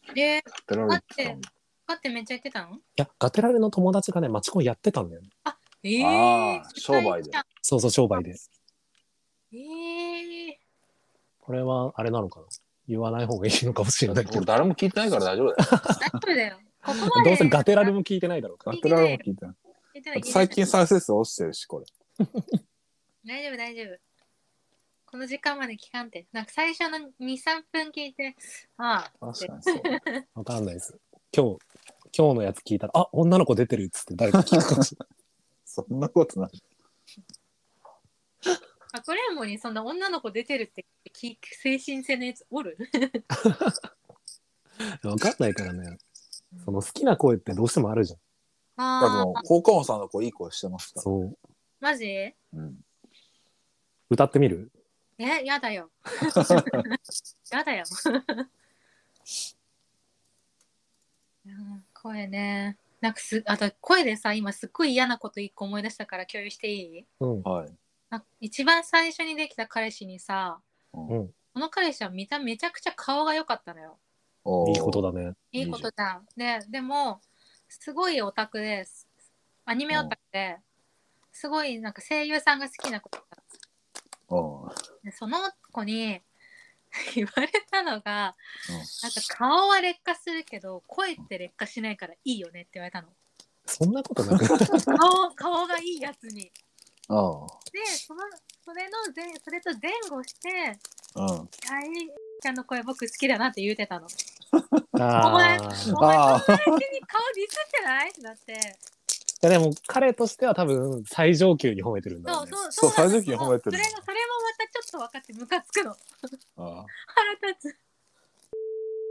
[SPEAKER 2] う。い
[SPEAKER 1] で、
[SPEAKER 3] テロリ
[SPEAKER 1] 待
[SPEAKER 3] ス
[SPEAKER 1] っ
[SPEAKER 3] ト
[SPEAKER 1] て、待ってめっちゃ言ってたの
[SPEAKER 2] や、ガテラルの友達がね、マチコンやってたんだよね。
[SPEAKER 1] えー、
[SPEAKER 3] あー
[SPEAKER 1] そんな
[SPEAKER 3] 商売で
[SPEAKER 1] 言って
[SPEAKER 2] そうそう、商売で。
[SPEAKER 1] たえー、
[SPEAKER 2] これは、あれなのかな言わない方がいいのかもしれないけ
[SPEAKER 3] 俺
[SPEAKER 2] ど。
[SPEAKER 3] 誰も聞いてないから大丈夫だよ。
[SPEAKER 1] 大丈夫だ
[SPEAKER 2] [LAUGHS]
[SPEAKER 1] よ。ここまで
[SPEAKER 2] どうせガテラルも聞いてないだろう
[SPEAKER 3] ガ
[SPEAKER 2] から。
[SPEAKER 3] テラルも聞いてない。
[SPEAKER 1] 聞いてない
[SPEAKER 3] 最近再生数落ちてるし、これ。
[SPEAKER 1] 大丈夫大丈夫この時間まで聞かんてなんか最初の23分聞いてああ
[SPEAKER 3] 確かにそう。
[SPEAKER 2] わかんないです。今日、今日のやつ聞いたら、あ、女の子出てるっつって誰か聞くかもしれない。
[SPEAKER 3] [LAUGHS] そんなことない。
[SPEAKER 1] かくれんぼにそんな女の子出てるって聞く精神性のやつおる
[SPEAKER 2] わかんないからね。その好きな声ってどうしてもあるじゃん。
[SPEAKER 3] だって
[SPEAKER 1] あ
[SPEAKER 3] も
[SPEAKER 1] あ
[SPEAKER 3] う、効果音さんの子いい声してますか
[SPEAKER 2] そう。
[SPEAKER 1] マジえ
[SPEAKER 3] ら。うん。
[SPEAKER 2] 歌ってみる
[SPEAKER 1] やだよやだようん声ねなんかすあと声でさ今すっごい嫌なこと一個思い出したから共有していい
[SPEAKER 2] うん。
[SPEAKER 3] はい。
[SPEAKER 1] なんか一番最初にできた彼氏にさ
[SPEAKER 3] うん
[SPEAKER 1] この彼氏は見ためちゃくちゃ顔が良かったのよ
[SPEAKER 3] おー
[SPEAKER 2] いいことだね。
[SPEAKER 1] いいことじゃん。で、でも、すごいオタクです。アニメオタクで、すごいなんか声優さんが好きな子だったんです
[SPEAKER 3] うん。
[SPEAKER 1] でその子に、 [LAUGHS] 言われたのが、
[SPEAKER 3] うん
[SPEAKER 1] なんか顔は劣化するけど声って劣化しないからいいよねって言われた
[SPEAKER 3] [LAUGHS]
[SPEAKER 1] の
[SPEAKER 2] そんなことな
[SPEAKER 1] [LAUGHS]
[SPEAKER 2] くない
[SPEAKER 1] 顔顔がいいやつに
[SPEAKER 3] あ
[SPEAKER 1] でそのそれの前それと前後して
[SPEAKER 3] あ。うん。
[SPEAKER 1] 「あいちゃんの声僕好きだな」って言うてたのお前
[SPEAKER 2] あー
[SPEAKER 1] お前
[SPEAKER 3] ああ
[SPEAKER 1] そんなに顔ディスってないってなって
[SPEAKER 2] いやでも彼としては多分最上級に褒めてるんだろ
[SPEAKER 1] そうう
[SPEAKER 2] ね。
[SPEAKER 1] そう
[SPEAKER 3] そう
[SPEAKER 1] なの
[SPEAKER 3] 最上級に褒めて
[SPEAKER 1] そ
[SPEAKER 3] る
[SPEAKER 1] れがそれもまたちょっと分かってムカつくの
[SPEAKER 3] ああ。
[SPEAKER 1] 腹
[SPEAKER 3] [LAUGHS]
[SPEAKER 1] 立つ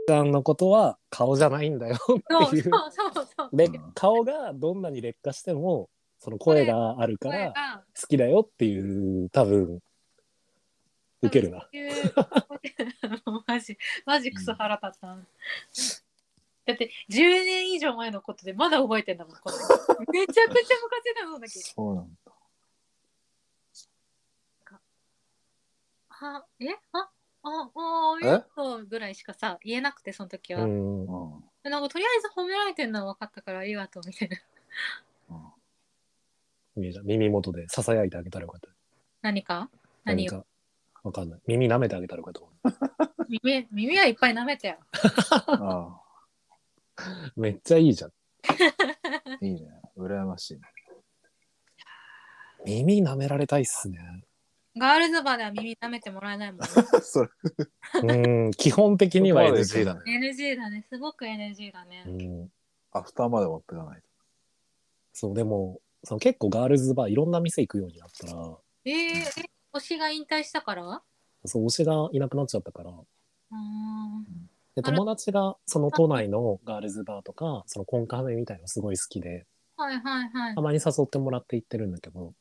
[SPEAKER 2] ちゃんのことは顔じゃないんだよ
[SPEAKER 1] そ
[SPEAKER 2] って
[SPEAKER 1] う
[SPEAKER 2] いう。
[SPEAKER 1] そうそうそう
[SPEAKER 2] で
[SPEAKER 3] うん
[SPEAKER 2] 顔がどんなに劣化してもその声があるか
[SPEAKER 1] 声
[SPEAKER 2] ら
[SPEAKER 1] が
[SPEAKER 2] 好きだよっていう多分受けるな。
[SPEAKER 1] いうマジマジクソ腹立ったな、だって10年以上前のことでまだ覚えてんだもんこのめちゃくちゃ昔だもんだけど
[SPEAKER 3] そうなんだ。
[SPEAKER 1] あえあああ
[SPEAKER 3] え
[SPEAKER 1] あそうぐらいしかさ言えなくてその時は、
[SPEAKER 2] う
[SPEAKER 3] う、
[SPEAKER 2] ん
[SPEAKER 3] ん。
[SPEAKER 1] なんかとりあえず褒められてんのは分かったからありがとうみたいな
[SPEAKER 2] みえちゃん耳元でささやいてあげたらよかった。
[SPEAKER 1] 何か何を
[SPEAKER 2] かわかんない。耳舐めてあげたらよかったと思
[SPEAKER 1] 耳耳はいっぱい舐めたよ
[SPEAKER 3] あ
[SPEAKER 2] う。めっちゃいいじゃん。
[SPEAKER 3] あ。
[SPEAKER 1] [LAUGHS]
[SPEAKER 3] いいね。羨ましいね。
[SPEAKER 2] 耳舐められたいっすね。
[SPEAKER 1] ガールズバーでは耳舐めてもらえないもん、ね、
[SPEAKER 3] それ。
[SPEAKER 1] [LAUGHS]
[SPEAKER 2] うん、基本的には NG だね。
[SPEAKER 3] ね。
[SPEAKER 1] NG だねすごく NG だね、
[SPEAKER 2] うん
[SPEAKER 3] アフターまで持ってかないと。
[SPEAKER 2] そう、でも、その結構ガールズバーいろんな店行くようになったら、
[SPEAKER 1] えー、え推しが引退したからう
[SPEAKER 2] そう、推しがいなくなっちゃったから、
[SPEAKER 1] ーん
[SPEAKER 2] で、
[SPEAKER 1] あら
[SPEAKER 2] 友達がその都内のガールズバーとか、そのコンカフェみたいのすごい好きで、
[SPEAKER 1] はいはいはい
[SPEAKER 2] た。まに誘ってもらって行ってるんだけど、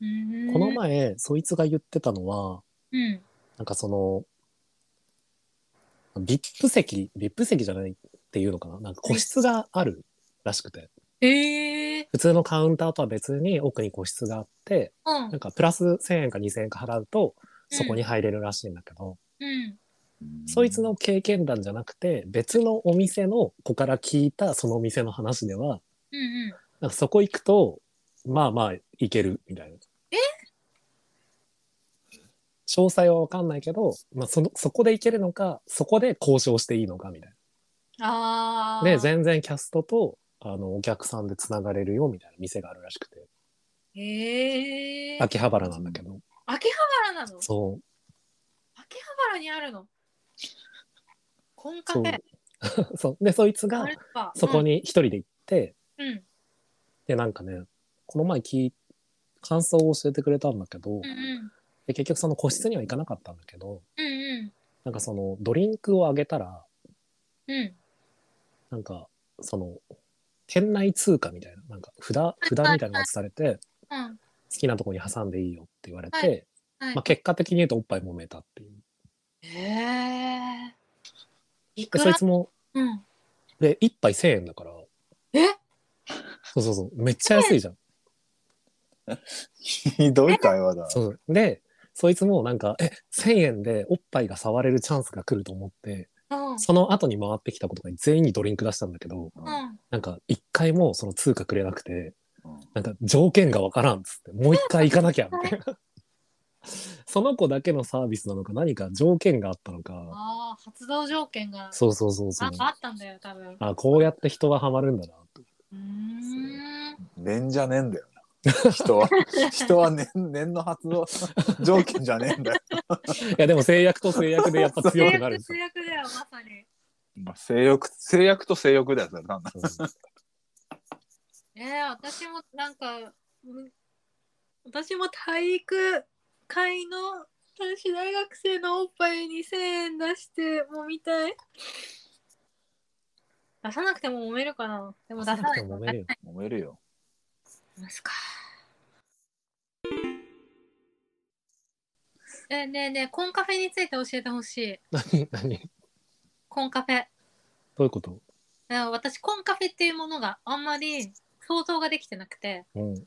[SPEAKER 1] うーん
[SPEAKER 2] この、前、そいつが言ってたのは、
[SPEAKER 1] うん、
[SPEAKER 2] なんかその、VIP 席、VIP 席じゃないっていうのかななんか個室があるらしくて、
[SPEAKER 1] ええ
[SPEAKER 2] 普通のカウンターとは別に奥に個室があって、
[SPEAKER 1] うん
[SPEAKER 2] なんかプラス1000円か2000円か払うと、そこに入れるらしいんだけど、
[SPEAKER 1] うん
[SPEAKER 2] そいつの経験談じゃなくて、別のお店の子から聞いたそのお店の話では、
[SPEAKER 1] うんうん
[SPEAKER 2] なんかそこ行くと、まあまあ行けるみたいな。
[SPEAKER 1] え
[SPEAKER 2] 詳細はわかんないけど、まあその、そこで行けるのか、そこで交渉していいのかみたい
[SPEAKER 1] あ
[SPEAKER 2] な。
[SPEAKER 1] あ
[SPEAKER 2] で、全然キャストと、あの、お客さんで繋がれるよみたいな店があるらしくて、
[SPEAKER 1] ええ
[SPEAKER 2] 秋葉原なんだけど、
[SPEAKER 1] 秋葉原なの秋
[SPEAKER 2] そう、
[SPEAKER 1] 葉原にあるのコンカフ
[SPEAKER 2] そう
[SPEAKER 1] ェ
[SPEAKER 2] [LAUGHS] そう。で、そいつ
[SPEAKER 1] あ
[SPEAKER 2] が
[SPEAKER 1] れか
[SPEAKER 2] そこに一人で行って、
[SPEAKER 1] うんうん
[SPEAKER 2] で、なんかね、この前聞い、感想を教えてくれたんだけど、
[SPEAKER 1] うんうん
[SPEAKER 2] で結局その個室には行かなかったんだけど、
[SPEAKER 1] うん
[SPEAKER 2] なんかそのドリンクをあげたら、
[SPEAKER 1] うんうん
[SPEAKER 2] なんかその店内通貨みたいな、なんか札、札みたいなのがされて、
[SPEAKER 1] うん
[SPEAKER 2] 好きなとこに挟んでいいよって言われて、
[SPEAKER 1] はいはい
[SPEAKER 2] まあ、結果的に言うとおっぱい揉めたっていう。
[SPEAKER 1] ええい
[SPEAKER 2] で、
[SPEAKER 1] く
[SPEAKER 2] そい
[SPEAKER 1] ら
[SPEAKER 2] つも、
[SPEAKER 1] うん
[SPEAKER 2] で、一杯1000円だから、
[SPEAKER 1] え
[SPEAKER 2] そうそうそう、めっちゃ安いじゃん。
[SPEAKER 3] ひどい会話だ。
[SPEAKER 2] そうで、そいつもなんか、え、1000円でおっぱいが触れるチャンスが来ると思って、
[SPEAKER 1] うん
[SPEAKER 2] その後に回ってきたことが全員にドリンク出したんだけど、
[SPEAKER 3] うん
[SPEAKER 1] うん
[SPEAKER 2] なんか一回もその通貨くれなくて、
[SPEAKER 3] うん
[SPEAKER 2] なんか条件がわからんっつって、もう一回行かなきゃみたいな。その子だけのサービスなのか何か条件があったのか、
[SPEAKER 1] ああ発動条件が
[SPEAKER 2] そうそうそうそう
[SPEAKER 1] あ。あったんだよ多分
[SPEAKER 2] あ、こうやって人はハマるんだなと。
[SPEAKER 1] うーん
[SPEAKER 3] 念じゃねえん [LAUGHS] だよな。人は、人は念、念の発動条件じゃねえんだよ。
[SPEAKER 2] いやでも制約と制約でやっぱ強くなるんです
[SPEAKER 1] 制約制
[SPEAKER 2] よ。
[SPEAKER 1] 約だよまさに
[SPEAKER 3] まあ性欲、性欲と性欲だよ、それなんだ。
[SPEAKER 2] そう
[SPEAKER 1] えー、私もなんか、うん私も体育会の男子大学生のおっぱい2000円出してもみたい。出さなくても揉めるかな。でも出さ
[SPEAKER 2] 出さな
[SPEAKER 1] な
[SPEAKER 2] く
[SPEAKER 1] い
[SPEAKER 2] ても揉めるよ
[SPEAKER 3] 揉めるよ。
[SPEAKER 1] ますか。えーねえねえ、コンカフェについて教えてほしい。
[SPEAKER 2] 何何ど
[SPEAKER 1] コンカフェ。
[SPEAKER 2] ういうこと
[SPEAKER 1] えー私、コンカフェっていうものがあんまり想像ができてなくて。
[SPEAKER 2] うん。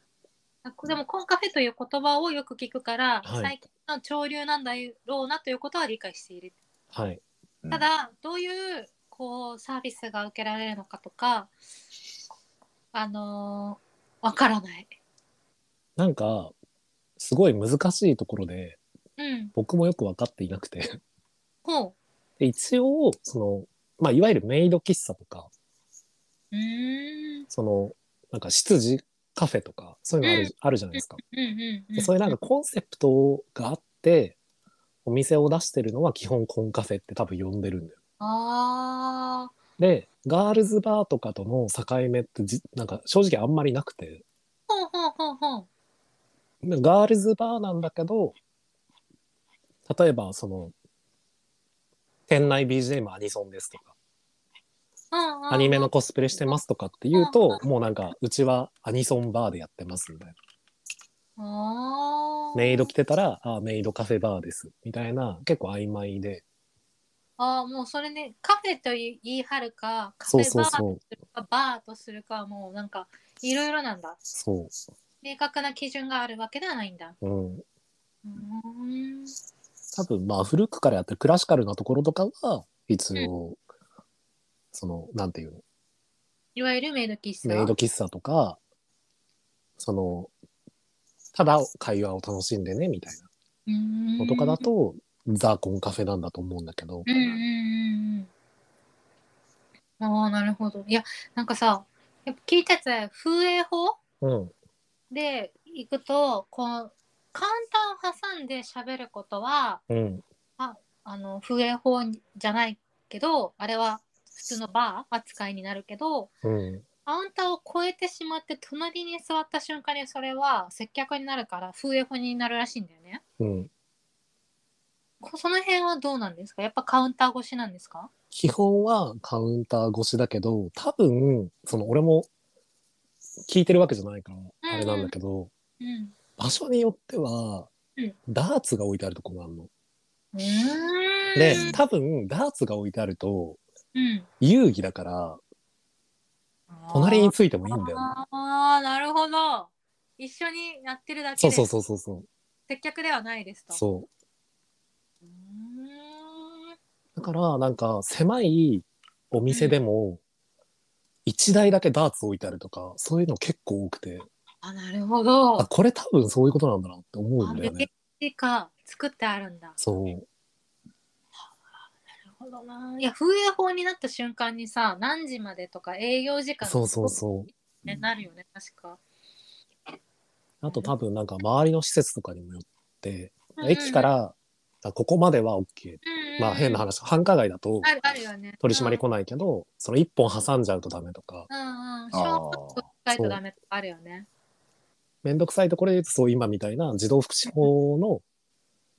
[SPEAKER 1] あこでもコンカフェという言葉をよく聞くから、
[SPEAKER 2] はい
[SPEAKER 1] 最近の潮流なんだろうなということは理解している。
[SPEAKER 2] はい。
[SPEAKER 3] うん
[SPEAKER 1] ただどういうこうサービスが受けられるのかとかあのーわからない。
[SPEAKER 2] なんか、すごい難しいところで、
[SPEAKER 1] うん
[SPEAKER 2] 僕もよく分かっていなくて、
[SPEAKER 1] ほ
[SPEAKER 2] で一応、その、まあ、いわゆるメイド喫茶とか、
[SPEAKER 1] う。うーん。
[SPEAKER 2] その、なんか、執事カフェとか、そういうのある,、
[SPEAKER 1] うん
[SPEAKER 2] あるじゃないですか。
[SPEAKER 1] うんうんう
[SPEAKER 2] で
[SPEAKER 1] ん。
[SPEAKER 2] そういうなんかコンセプトがあって、お店を出してるのは基本コンカフェって多分呼んでるんだよ。
[SPEAKER 1] ああ。
[SPEAKER 2] で、ガールズバーとかとの境目ってじ、なんか正直あんまりなくて、
[SPEAKER 1] ほうほうほうほう。
[SPEAKER 2] ガールズバーなんだけど、例えばその、店内 BGM アニソンですとか、
[SPEAKER 1] うんうん
[SPEAKER 2] アニメのコスプレしてますとかって言うと、もうなんか、うちはアニソンバーでやってますみたいな。
[SPEAKER 1] あー
[SPEAKER 2] メイド着てたら、あメイドカフェバーです。みたいな、結構曖昧で。
[SPEAKER 1] あーもうそれねカフェと言い張るかカフ
[SPEAKER 2] そう
[SPEAKER 1] ェ
[SPEAKER 2] そ
[SPEAKER 1] バ
[SPEAKER 2] う
[SPEAKER 1] ーと
[SPEAKER 2] そう。
[SPEAKER 1] するかバーとするかはもうなんかいろいろなんだ
[SPEAKER 2] そ
[SPEAKER 1] 明確な基準があるわけではないんだ
[SPEAKER 2] う。うん。
[SPEAKER 1] うーん
[SPEAKER 2] 多分、まあ、古くからやってるクラシカルなところとかは、一応、その、なんていうの、
[SPEAKER 1] いわゆるメイド喫茶
[SPEAKER 2] メイド喫茶とか、その、ただ会話を楽しんでね、みたいなのとかだと、ザ・コンカフェなんだと思うんだけど
[SPEAKER 1] う、んうんうんうんああなるほどいやなんかさやっぱ聞いたやつは風営法
[SPEAKER 2] うん、
[SPEAKER 1] で行くとこうカウンターを挟んで喋ることは
[SPEAKER 2] うん、
[SPEAKER 1] あの風営法じゃないけどあれは普通のバー扱いになるけど
[SPEAKER 2] うん、
[SPEAKER 1] カウンターを越えてしまって隣に座った瞬間にそれは接客になるから風営法になるらしいんだよね。
[SPEAKER 2] うん。
[SPEAKER 1] こその辺はどうなんですかやっぱカウンター越しなんですか
[SPEAKER 2] 基本はカウンター越しだけど、多分、その俺も聞いてるわけじゃないから、あれなんだけど、
[SPEAKER 1] うん。
[SPEAKER 2] 場所によっては
[SPEAKER 1] うん、
[SPEAKER 2] ダーツが置いてあるとこがあるの。
[SPEAKER 1] うーん
[SPEAKER 2] で、多分、ダーツが置いてあると、
[SPEAKER 1] うん、
[SPEAKER 2] 遊戯だから、隣についてもいいんだよ、ね。
[SPEAKER 1] ああーなるほど一緒にやってるだけ
[SPEAKER 2] そう
[SPEAKER 1] で
[SPEAKER 2] そうそうそうそう。
[SPEAKER 1] 接客ではないですと
[SPEAKER 2] そう
[SPEAKER 1] ーん
[SPEAKER 2] う。だから、なんか、狭いお店でも、一台だけダーツ置いてあるとか、そういうの結構多くて、
[SPEAKER 1] あなるほど
[SPEAKER 2] あ、これ多分そういうことなんだなって思うんだよ
[SPEAKER 1] あ
[SPEAKER 2] ね。
[SPEAKER 1] 別か作ってあるんだな
[SPEAKER 2] そう。
[SPEAKER 1] るほどないや風営法になった瞬間にさ何時までとか営業時間
[SPEAKER 2] そうそうそう。
[SPEAKER 1] ねなるよね確か
[SPEAKER 2] あと多分なんか周りの施設とかにもよって、
[SPEAKER 1] うん
[SPEAKER 2] 駅から、あここまでは OK。
[SPEAKER 1] うんうん
[SPEAKER 2] まあ変な話、繁華街だと
[SPEAKER 1] あるあるよね
[SPEAKER 2] 取り締まり来ないけど、その一本挟んじゃうとダメとか、
[SPEAKER 1] うんうんうん
[SPEAKER 3] あー
[SPEAKER 1] 小学校使いとダメとかあるよね
[SPEAKER 2] めんどくさいところで言うとそう今みたいな児童福祉法の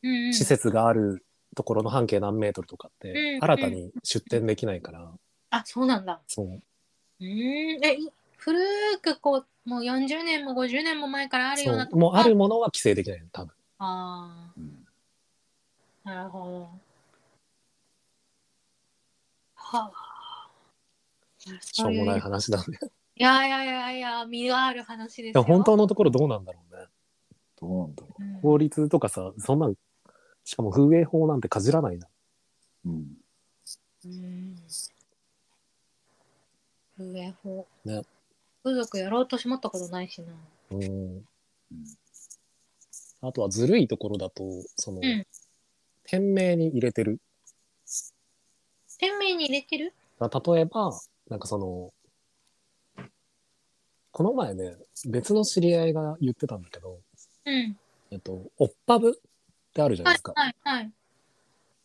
[SPEAKER 1] うんうん
[SPEAKER 2] 施設があるところの半径何メートルとかっ
[SPEAKER 1] うんう
[SPEAKER 2] て
[SPEAKER 1] ん
[SPEAKER 2] 新たに出店できないから、
[SPEAKER 1] あそうなんだ
[SPEAKER 2] そう、
[SPEAKER 1] うーんえい古くこうもう40年も50年も前からある
[SPEAKER 2] そ
[SPEAKER 1] ような
[SPEAKER 2] う、もうあるものは規制できないの多分。
[SPEAKER 1] あ
[SPEAKER 3] うん
[SPEAKER 1] あなるほどはあ
[SPEAKER 2] しょうもな
[SPEAKER 1] そう
[SPEAKER 2] い
[SPEAKER 1] いう
[SPEAKER 2] 話なんで。
[SPEAKER 1] い
[SPEAKER 2] い
[SPEAKER 1] やいやいやいや身がある話です
[SPEAKER 2] や
[SPEAKER 1] よ
[SPEAKER 2] 本当のところどうなんだろうね。
[SPEAKER 3] どうなんだろ
[SPEAKER 1] うん
[SPEAKER 2] 法律とかさ、そんなん、しかも風営法なんてかじらないな。
[SPEAKER 3] う。うん。
[SPEAKER 1] うん風営法
[SPEAKER 2] ね
[SPEAKER 1] 風俗やろうとしもったことないしな
[SPEAKER 2] うんあとはずるいところだと、その、
[SPEAKER 1] ん
[SPEAKER 2] 店名に入れてる。
[SPEAKER 1] 店名に入れてる
[SPEAKER 2] まあ例えば、なんかその、この前ね、別の知り合いが言ってたんだけど、
[SPEAKER 1] うん
[SPEAKER 2] えっと、オッパブってあるじゃな
[SPEAKER 1] はいい
[SPEAKER 2] ですか。
[SPEAKER 1] はいはい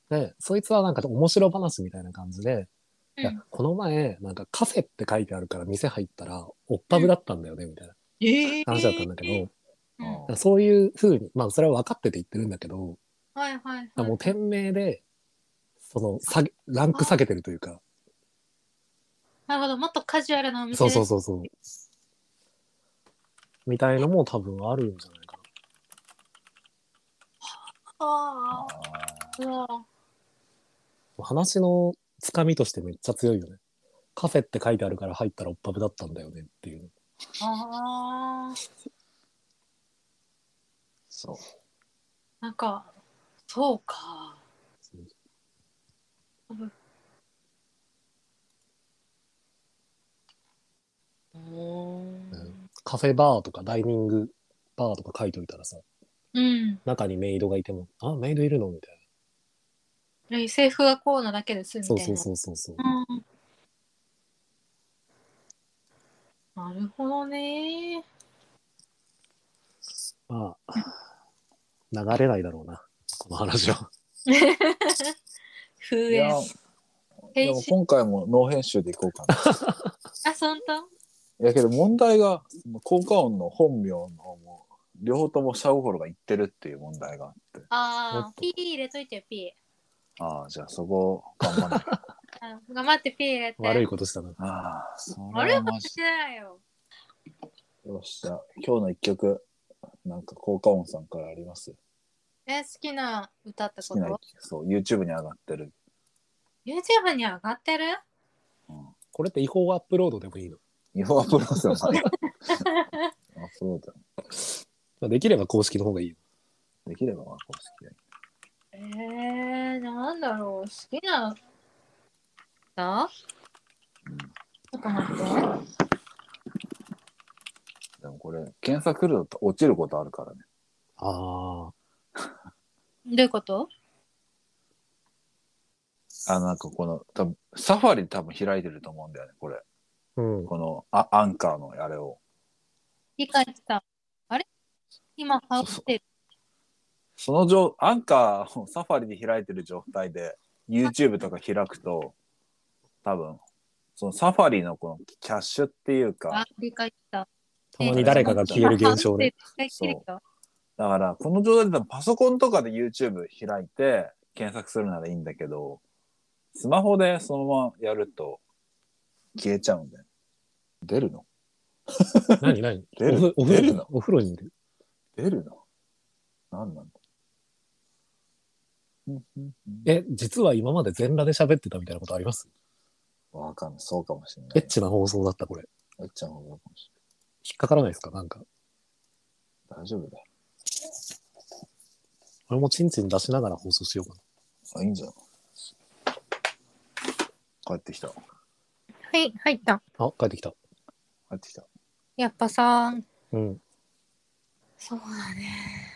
[SPEAKER 2] で、そいつはなんか面白話みたいな感じで、
[SPEAKER 1] う
[SPEAKER 2] いや
[SPEAKER 1] ん、
[SPEAKER 2] この前、なんかカフェって書いてあるから店入ったら、オッパブだったんだよね、みたいな
[SPEAKER 1] ええ
[SPEAKER 2] 話だったんだけど、
[SPEAKER 1] うん
[SPEAKER 3] あ
[SPEAKER 2] なんかそういう風に、まあそれは分かってて言ってるんだけど、
[SPEAKER 1] はいはいはい
[SPEAKER 2] あもう店名で、その、下げ、ランク下げてるというか、
[SPEAKER 1] なるほど、もっとカジュアルなお店
[SPEAKER 2] そうそうそうそう。みたいのも多分あるんじゃないか
[SPEAKER 1] ああ、
[SPEAKER 3] あ
[SPEAKER 1] うわ
[SPEAKER 2] な。話のつかみとしてめっちゃ強いよね。カフェって書いてあるから入ったらオッパブだったんだよねっていう。
[SPEAKER 1] あー、
[SPEAKER 3] そう。
[SPEAKER 1] なんか、そうか。うーん。
[SPEAKER 2] カフェバーとかダイニングバーとか書いといたらさ、
[SPEAKER 1] うん。
[SPEAKER 2] 中にメイドがいても、あ、メイドいるのみた
[SPEAKER 1] う
[SPEAKER 2] い
[SPEAKER 1] ん制服がこうなだけですみた
[SPEAKER 2] そ
[SPEAKER 1] いうな。
[SPEAKER 2] そうそうそうそう。
[SPEAKER 1] うんなるほどね。
[SPEAKER 2] まあ、流れないだろうな、この話は。
[SPEAKER 3] い
[SPEAKER 1] 風
[SPEAKER 3] や
[SPEAKER 1] 縁。
[SPEAKER 3] で
[SPEAKER 1] 編
[SPEAKER 3] も
[SPEAKER 1] 集
[SPEAKER 3] 今回もノー編集でいこうかな。
[SPEAKER 1] あ、本当
[SPEAKER 3] いやけど問題が、効果音の本名のもう両方ともシャウホロが言ってるっていう問題があって。
[SPEAKER 1] あ
[SPEAKER 2] も
[SPEAKER 1] あ
[SPEAKER 2] っ、と
[SPEAKER 1] ピー入れといてよ、ピ
[SPEAKER 3] ああ、じゃあそこ頑張らない。
[SPEAKER 1] ー。あ頑張ってピー入れて。
[SPEAKER 2] 悪いことしたな。
[SPEAKER 3] ああ、そ
[SPEAKER 1] 悪
[SPEAKER 3] れ
[SPEAKER 1] い
[SPEAKER 3] は
[SPEAKER 1] こ
[SPEAKER 3] マ
[SPEAKER 1] と
[SPEAKER 3] ジ
[SPEAKER 1] してないよ。
[SPEAKER 3] よっしゃ。今日の一曲、なんか効果音さんからあります。
[SPEAKER 1] え、好きな歌って
[SPEAKER 3] 好
[SPEAKER 1] こ
[SPEAKER 3] きな
[SPEAKER 1] と、
[SPEAKER 3] そう、YouTube に上がってる。
[SPEAKER 1] ?YouTube に上がってる
[SPEAKER 2] これって違法アップロードでもいいの、
[SPEAKER 3] 違法アップロードまで。アップロード。
[SPEAKER 2] まあ、できれば公式の方がいいよ。
[SPEAKER 3] できればまあ公式で。
[SPEAKER 1] えー、なんだろう。好きな歌ちょっと待って。
[SPEAKER 3] でもこれ、検索すると落ちることあるからね。
[SPEAKER 2] ああ。
[SPEAKER 1] どういうこと
[SPEAKER 3] あ、なんかこの、多分サファリ多分開いてると思うんだよね、これ。
[SPEAKER 2] うん。
[SPEAKER 3] このアアンカーのあれを。
[SPEAKER 1] 理解した。あれ今、ハウってる。
[SPEAKER 3] その状、アンカーをサファリで開いてる状態で、YouTube とか開くと、多分、そのサファリのこのキャッシュっていう
[SPEAKER 1] あ
[SPEAKER 3] か、、
[SPEAKER 1] 理解した。
[SPEAKER 2] たまに誰かが消える現象ね。
[SPEAKER 1] ハウってる。理解できるよ
[SPEAKER 3] だから、この状態で多分パソコンとかで YouTube 開いて検索するならいいんだけど、スマホでそのままやると消えちゃうんだよ。出るの
[SPEAKER 2] 何何
[SPEAKER 3] [LAUGHS] 出る
[SPEAKER 2] おふお
[SPEAKER 3] 出る
[SPEAKER 2] 風呂
[SPEAKER 3] の
[SPEAKER 2] お風呂にいる。
[SPEAKER 3] 出るの何なのうんうんうん
[SPEAKER 2] え、実は今まで全裸で喋ってたみたいなことあります
[SPEAKER 3] わかんない。そうかもしれない。
[SPEAKER 2] エッチな放送だった、これ。
[SPEAKER 3] えっちゃんの方がかもし
[SPEAKER 2] 引っかからないですかなんか。
[SPEAKER 3] れない。大丈夫だよ。
[SPEAKER 2] 俺もチンチン出しながら放送しようかな。
[SPEAKER 3] あ、いいんじゃん。帰ってきた。帰
[SPEAKER 1] はい、入った。
[SPEAKER 2] あ、帰ってきた。
[SPEAKER 3] ってきた。
[SPEAKER 1] やっぱさ、
[SPEAKER 2] うん。
[SPEAKER 1] そうだね。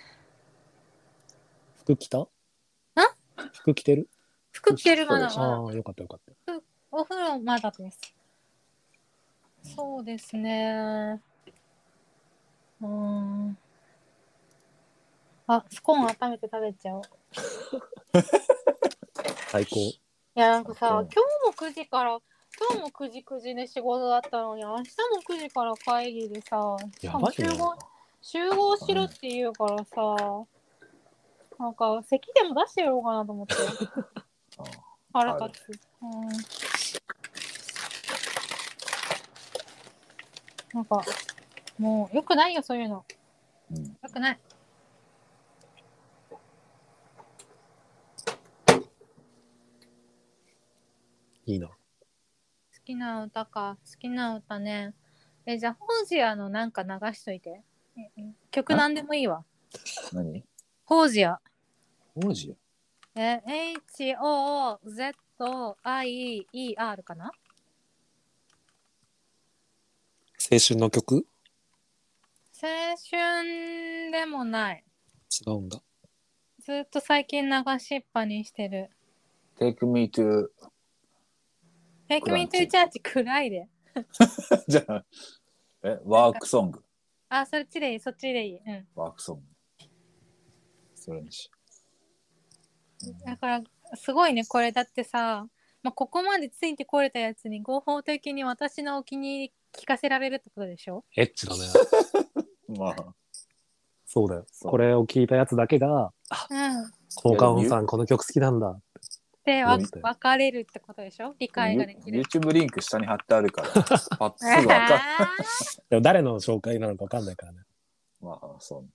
[SPEAKER 2] 服着たん服着てる
[SPEAKER 1] 服着てるまだまだ。
[SPEAKER 2] ああ、よかったよかった。
[SPEAKER 1] お風呂まだです。そうですね。うーん。あ、スコーン温めて食べちゃおう。
[SPEAKER 2] 最高。
[SPEAKER 1] いや、なんかさ、
[SPEAKER 3] あ
[SPEAKER 1] 今
[SPEAKER 3] そう
[SPEAKER 1] 日も9時から、今日も9時9時で仕事だったのに、明日も9時から会議でさ、し
[SPEAKER 2] や
[SPEAKER 1] か
[SPEAKER 2] ば
[SPEAKER 1] も
[SPEAKER 2] いね
[SPEAKER 1] 集合集合しろって言うからさ、なんか、席でも出してやろうかなと
[SPEAKER 3] [LAUGHS]
[SPEAKER 1] 思って。
[SPEAKER 3] あ
[SPEAKER 1] 腹立つ。うん。なんか、もう、よくないよ、そういうの。
[SPEAKER 3] うん。
[SPEAKER 1] よくない。
[SPEAKER 2] いいな。
[SPEAKER 1] 好きな歌か。好きな歌ね。え、じゃあ、ホージアのなんか流しといて。ええ曲なんでもいいわ。
[SPEAKER 3] 何
[SPEAKER 1] ホージア。
[SPEAKER 3] 王子
[SPEAKER 1] え、H-O-Z-I-E-R かな
[SPEAKER 2] 青春の曲
[SPEAKER 1] 青春でもない。
[SPEAKER 2] 違うんだ。
[SPEAKER 1] ずっと最近流しっぱにしてる。
[SPEAKER 3] ?Take me to... [LAUGHS]
[SPEAKER 1] え、君というチャーチ暗いで。
[SPEAKER 3] じゃあ、え、ワークソング。
[SPEAKER 1] あ、そっちでいい、そっちでいい。うん。
[SPEAKER 3] ワークソング。それにしよう。うん
[SPEAKER 1] だから、すごいね、これだってさ、まあ、ここまでついてこれたやつに合法的に私のお気に入り聞かせられるってことでしょ
[SPEAKER 2] エッチだね。
[SPEAKER 3] まあ、
[SPEAKER 2] そうだよ。
[SPEAKER 3] そう
[SPEAKER 2] これを聞いたやつだけが、あ、
[SPEAKER 1] うん。
[SPEAKER 2] 効果音さんこの曲好きなんだ。
[SPEAKER 1] で、わ
[SPEAKER 2] どうして
[SPEAKER 1] 分かれるってことでしょ理解ができる。
[SPEAKER 3] YouTube リンク下に貼ってあるから、
[SPEAKER 1] [LAUGHS]
[SPEAKER 3] パッとすぐわかる。
[SPEAKER 1] あ
[SPEAKER 2] でも誰の紹介なのかわかんないからね。
[SPEAKER 3] まあ、そう。